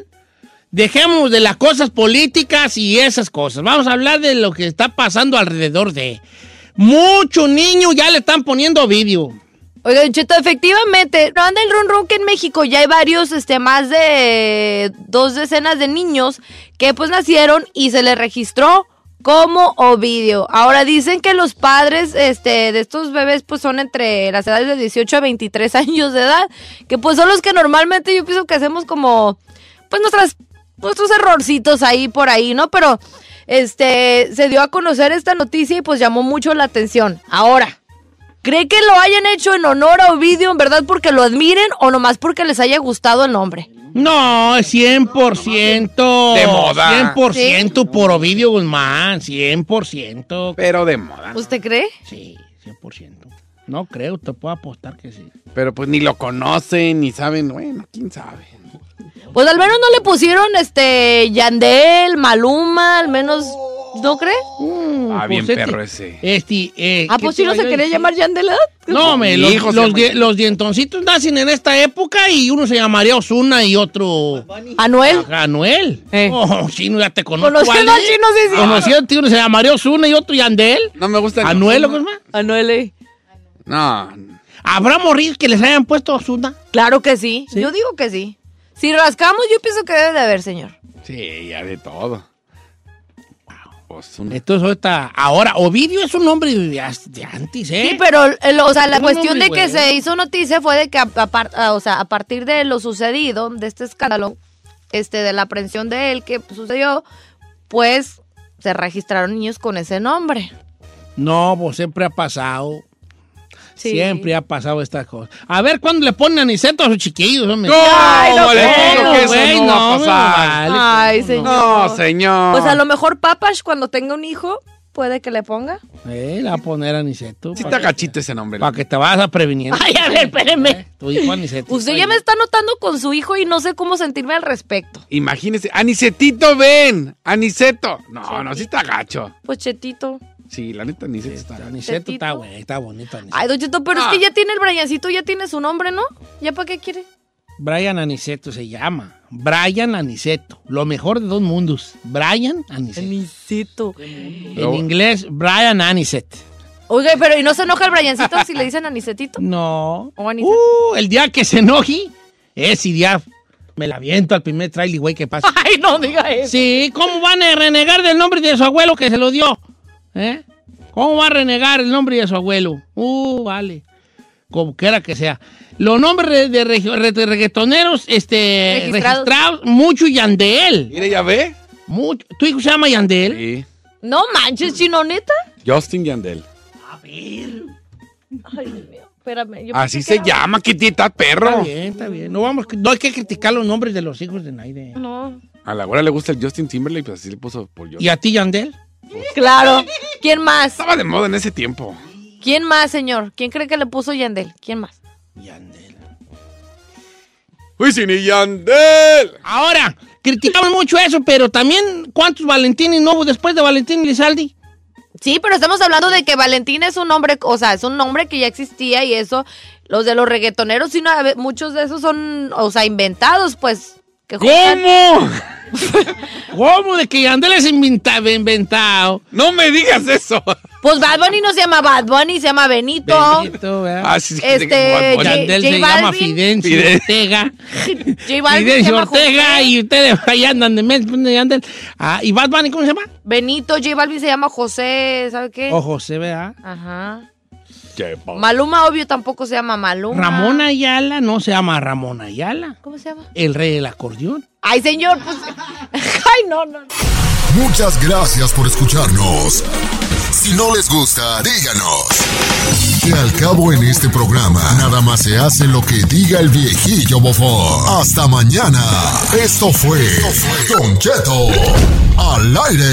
B: dejemos de las cosas políticas y esas cosas. Vamos a hablar de lo que está pasando alrededor de. Muchos niños ya le están poniendo Ovidio.
C: Oiga, Don Cheto, efectivamente, no anda el run run que en México ya hay varios, este, más de dos decenas de niños que pues nacieron y se les registró como Ovidio. Ahora dicen que los padres, este, de estos bebés pues son entre las edades de 18 a 23 años de edad, que pues son los que normalmente yo pienso que hacemos como, pues nuestras, nuestros errorcitos ahí por ahí, ¿no? Pero, este, se dio a conocer esta noticia y pues llamó mucho la atención. Ahora. ¿Cree que lo hayan hecho en honor a Ovidio, en verdad, porque lo admiren o nomás porque les haya gustado el nombre?
B: No, 100%.
D: De moda.
B: 100% por Ovidio Guzmán, 100%.
D: Pero de moda.
C: ¿Usted cree?
B: Sí, 100%. No creo, te puedo apostar que sí.
D: Pero pues ni lo conocen, ni saben. Bueno, quién sabe.
C: Pues al menos no le pusieron este Yandel, Maluma, al menos, ¿no cree?
D: Ah, bien
B: Pues, este-
D: perro ese.
B: Este, eh,
C: ¿A
B: ¿qué
C: pues
B: te
C: si no
B: iba yo
C: se
B: a
C: quería
B: decir?
C: llamar Yandel? ¿eh?
B: No, me,
D: Mi
B: los,
D: hijo se
B: los
D: llama
B: die- los dientoncitos nacen en esta época y uno se llamaría Osuna y otro.
C: ¿Anuel?
B: Ajá, Anuel.
C: Eh.
B: Oh, chino, ya te conozco.
C: Conociendo al
B: Ale.
C: chino, sí, sí.
B: Conociendo al chino, se llamaría Osuna y otro Yandel.
D: No me gusta. el-
B: Anuel, ¿o qué es más?
C: Anuel, eh.
D: No.
B: ¿Habrá morrido que les hayan puesto Osuna?
C: Claro que sí. Yo digo que sí. Si rascamos, yo pienso que debe de haber, señor.
D: Sí, ya de todo. Pues un-
B: Entonces, ahorita, ahora, Ovidio es un nombre de, de antes, ¿eh?
C: Sí, pero, el- o sea, la
B: Un
C: cuestión de
B: hombre,
C: que
B: güey.
C: se hizo noticia fue de que, a, a par- a- o sea, a partir de lo sucedido, de este escándalo, este, de la aprehensión de él que sucedió, pues se registraron niños con ese nombre.
B: No, pues siempre ha pasado.
C: Sí.
B: Siempre ha pasado estas cosas. A ver, ¿cuándo le ponen aniceto a sus chiquillos? hombre?
D: ¿Cómo
C: Ay, no
D: le
C: creo,
D: digo que eso
B: güey,
D: no va a
B: no,
D: pasar?
B: vale.
C: Ay, señor.
D: pues, No, señor.
C: Pues a lo mejor Papash cuando tenga un hijo puede que le ponga.
B: Eh, le va a poner aniceto.
D: Sí
B: para
D: está
B: que-
D: cachito ese nombre.
B: Para que te vas a prevenir.
C: Ay, a ver,
D: Eh,
C: espéreme.
B: Tu hijo Aniceto.
C: Usted ya me está notando con su hijo y no sé cómo sentirme al respecto.
D: Imagínese. Aniceto, ven. Aniceto. No, no, sí está gacho.
C: Pues Chetito.
D: Sí, Sí, la neta, Niceto está.
B: Niceto está, güey, está bonito. Aniceto.
C: Ay, Don Cheto, pero
D: Ah.
C: es que ya tiene el Briancito, ya tiene su nombre, ¿no? ¿Ya para qué quiere?
B: Brian Aniceto se llama. Brian Aniceto. Lo mejor de dos mundos. Brian Aniceto.
C: Aniceto.
B: En inglés, Brian Aniceto.
C: Oiga, pero ¿y no se enoja el Briancito si le dicen Anicetito?
B: No.
C: ¿O Aniceto?
B: Uh, el día que se enoje, ese día me la viento al primer trailer, güey, que pasa.
C: Ay, no diga eso.
B: Sí, ¿cómo van a renegar del nombre de su abuelo que se lo dio? ¿Eh? ¿Cómo va a renegar el nombre de su abuelo? Uh, vale. Como quiera que sea. Los nombres de, regio- re- de reggaetoneros este,
C: Registrados.
B: registrados. mucho Yandel.
D: Mire, ya ve.
B: Mucho. ¿Tu hijo se llama Yandel?
D: Sí.
C: No manches, chino, neta.
D: Justin Yandel.
C: Ay, Dios mío. Espérame. yo
D: Así
C: pensé
D: se
C: que era-
D: llama, Kitita,
B: Está
D: perro.
B: bien, está bien. No, vamos, no hay que criticar los nombres de los hijos de Naide.
C: No.
D: A la hora le gusta el Justin Timberlake, pues así le puso por Justin.
B: ¿Y a ti, Yandel?
C: Claro. ¿Quién más?
D: Estaba de moda en ese tiempo.
C: ¿Quién más, señor? ¿Quién cree que le puso Yandel? ¿Quién más?
B: Yandel.
D: Wisin y Yandel.
B: Ahora, criticamos mucho eso, pero también, ¿cuántos Valentines no hubo después de Valentín Lizaldi?
C: Sí, pero estamos hablando de que Valentín es un nombre, o sea, es un nombre que ya existía y eso, los de los reggaetoneros, sí, una vez- muchos de esos son, o sea, inventados, pues. Que juntan-
D: ¿Cómo?
B: ¿Cómo de que Yandel es inventa- inventado?
D: No me digas eso.
C: Pues Bad Bunny no se llama Bad Bunny, se llama Benito.
B: Benito, ¿verdad?
D: Así
C: Este, J-
B: Yandel
C: J
B: se llama
C: Balvin.
B: Fidencio
D: Fide-
B: Ortega.
C: J Balvin se
B: Fidencio
C: llama
B: Ortega
C: José.
B: y ustedes ahí andan de mes, de Yandel. Ah, ¿Y Bad Bunny cómo se llama?
C: Benito, J Balvin se llama José, ¿sabe qué?
B: O José, ¿verdad?
C: Ajá. Maluma, obvio, tampoco se llama Maluma.
B: Ramón Ayala no se llama Ramón Ayala.
C: ¿Cómo se llama?
B: El rey del acordeón.
C: Ay, señor, pues. Ay, no, no.
F: Muchas gracias por escucharnos. Si no les gusta, díganos. Que al cabo en este programa, nada más se hace lo que diga el viejillo bofón. Hasta mañana. Esto fue Don Cheto al aire.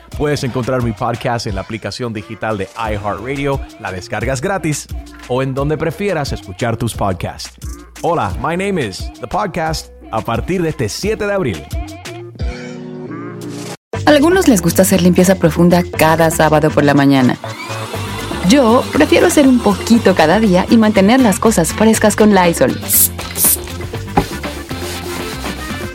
J: Puedes encontrar mi podcast en la aplicación digital de iHeartRadio, la descargas gratis o en donde prefieras escuchar tus podcasts. Hola, my name is The Podcast a partir de este 7 de abril.
K: Algunos les gusta hacer limpieza profunda cada sábado por la mañana. Yo prefiero hacer un poquito cada día y mantener las cosas frescas con Lysol.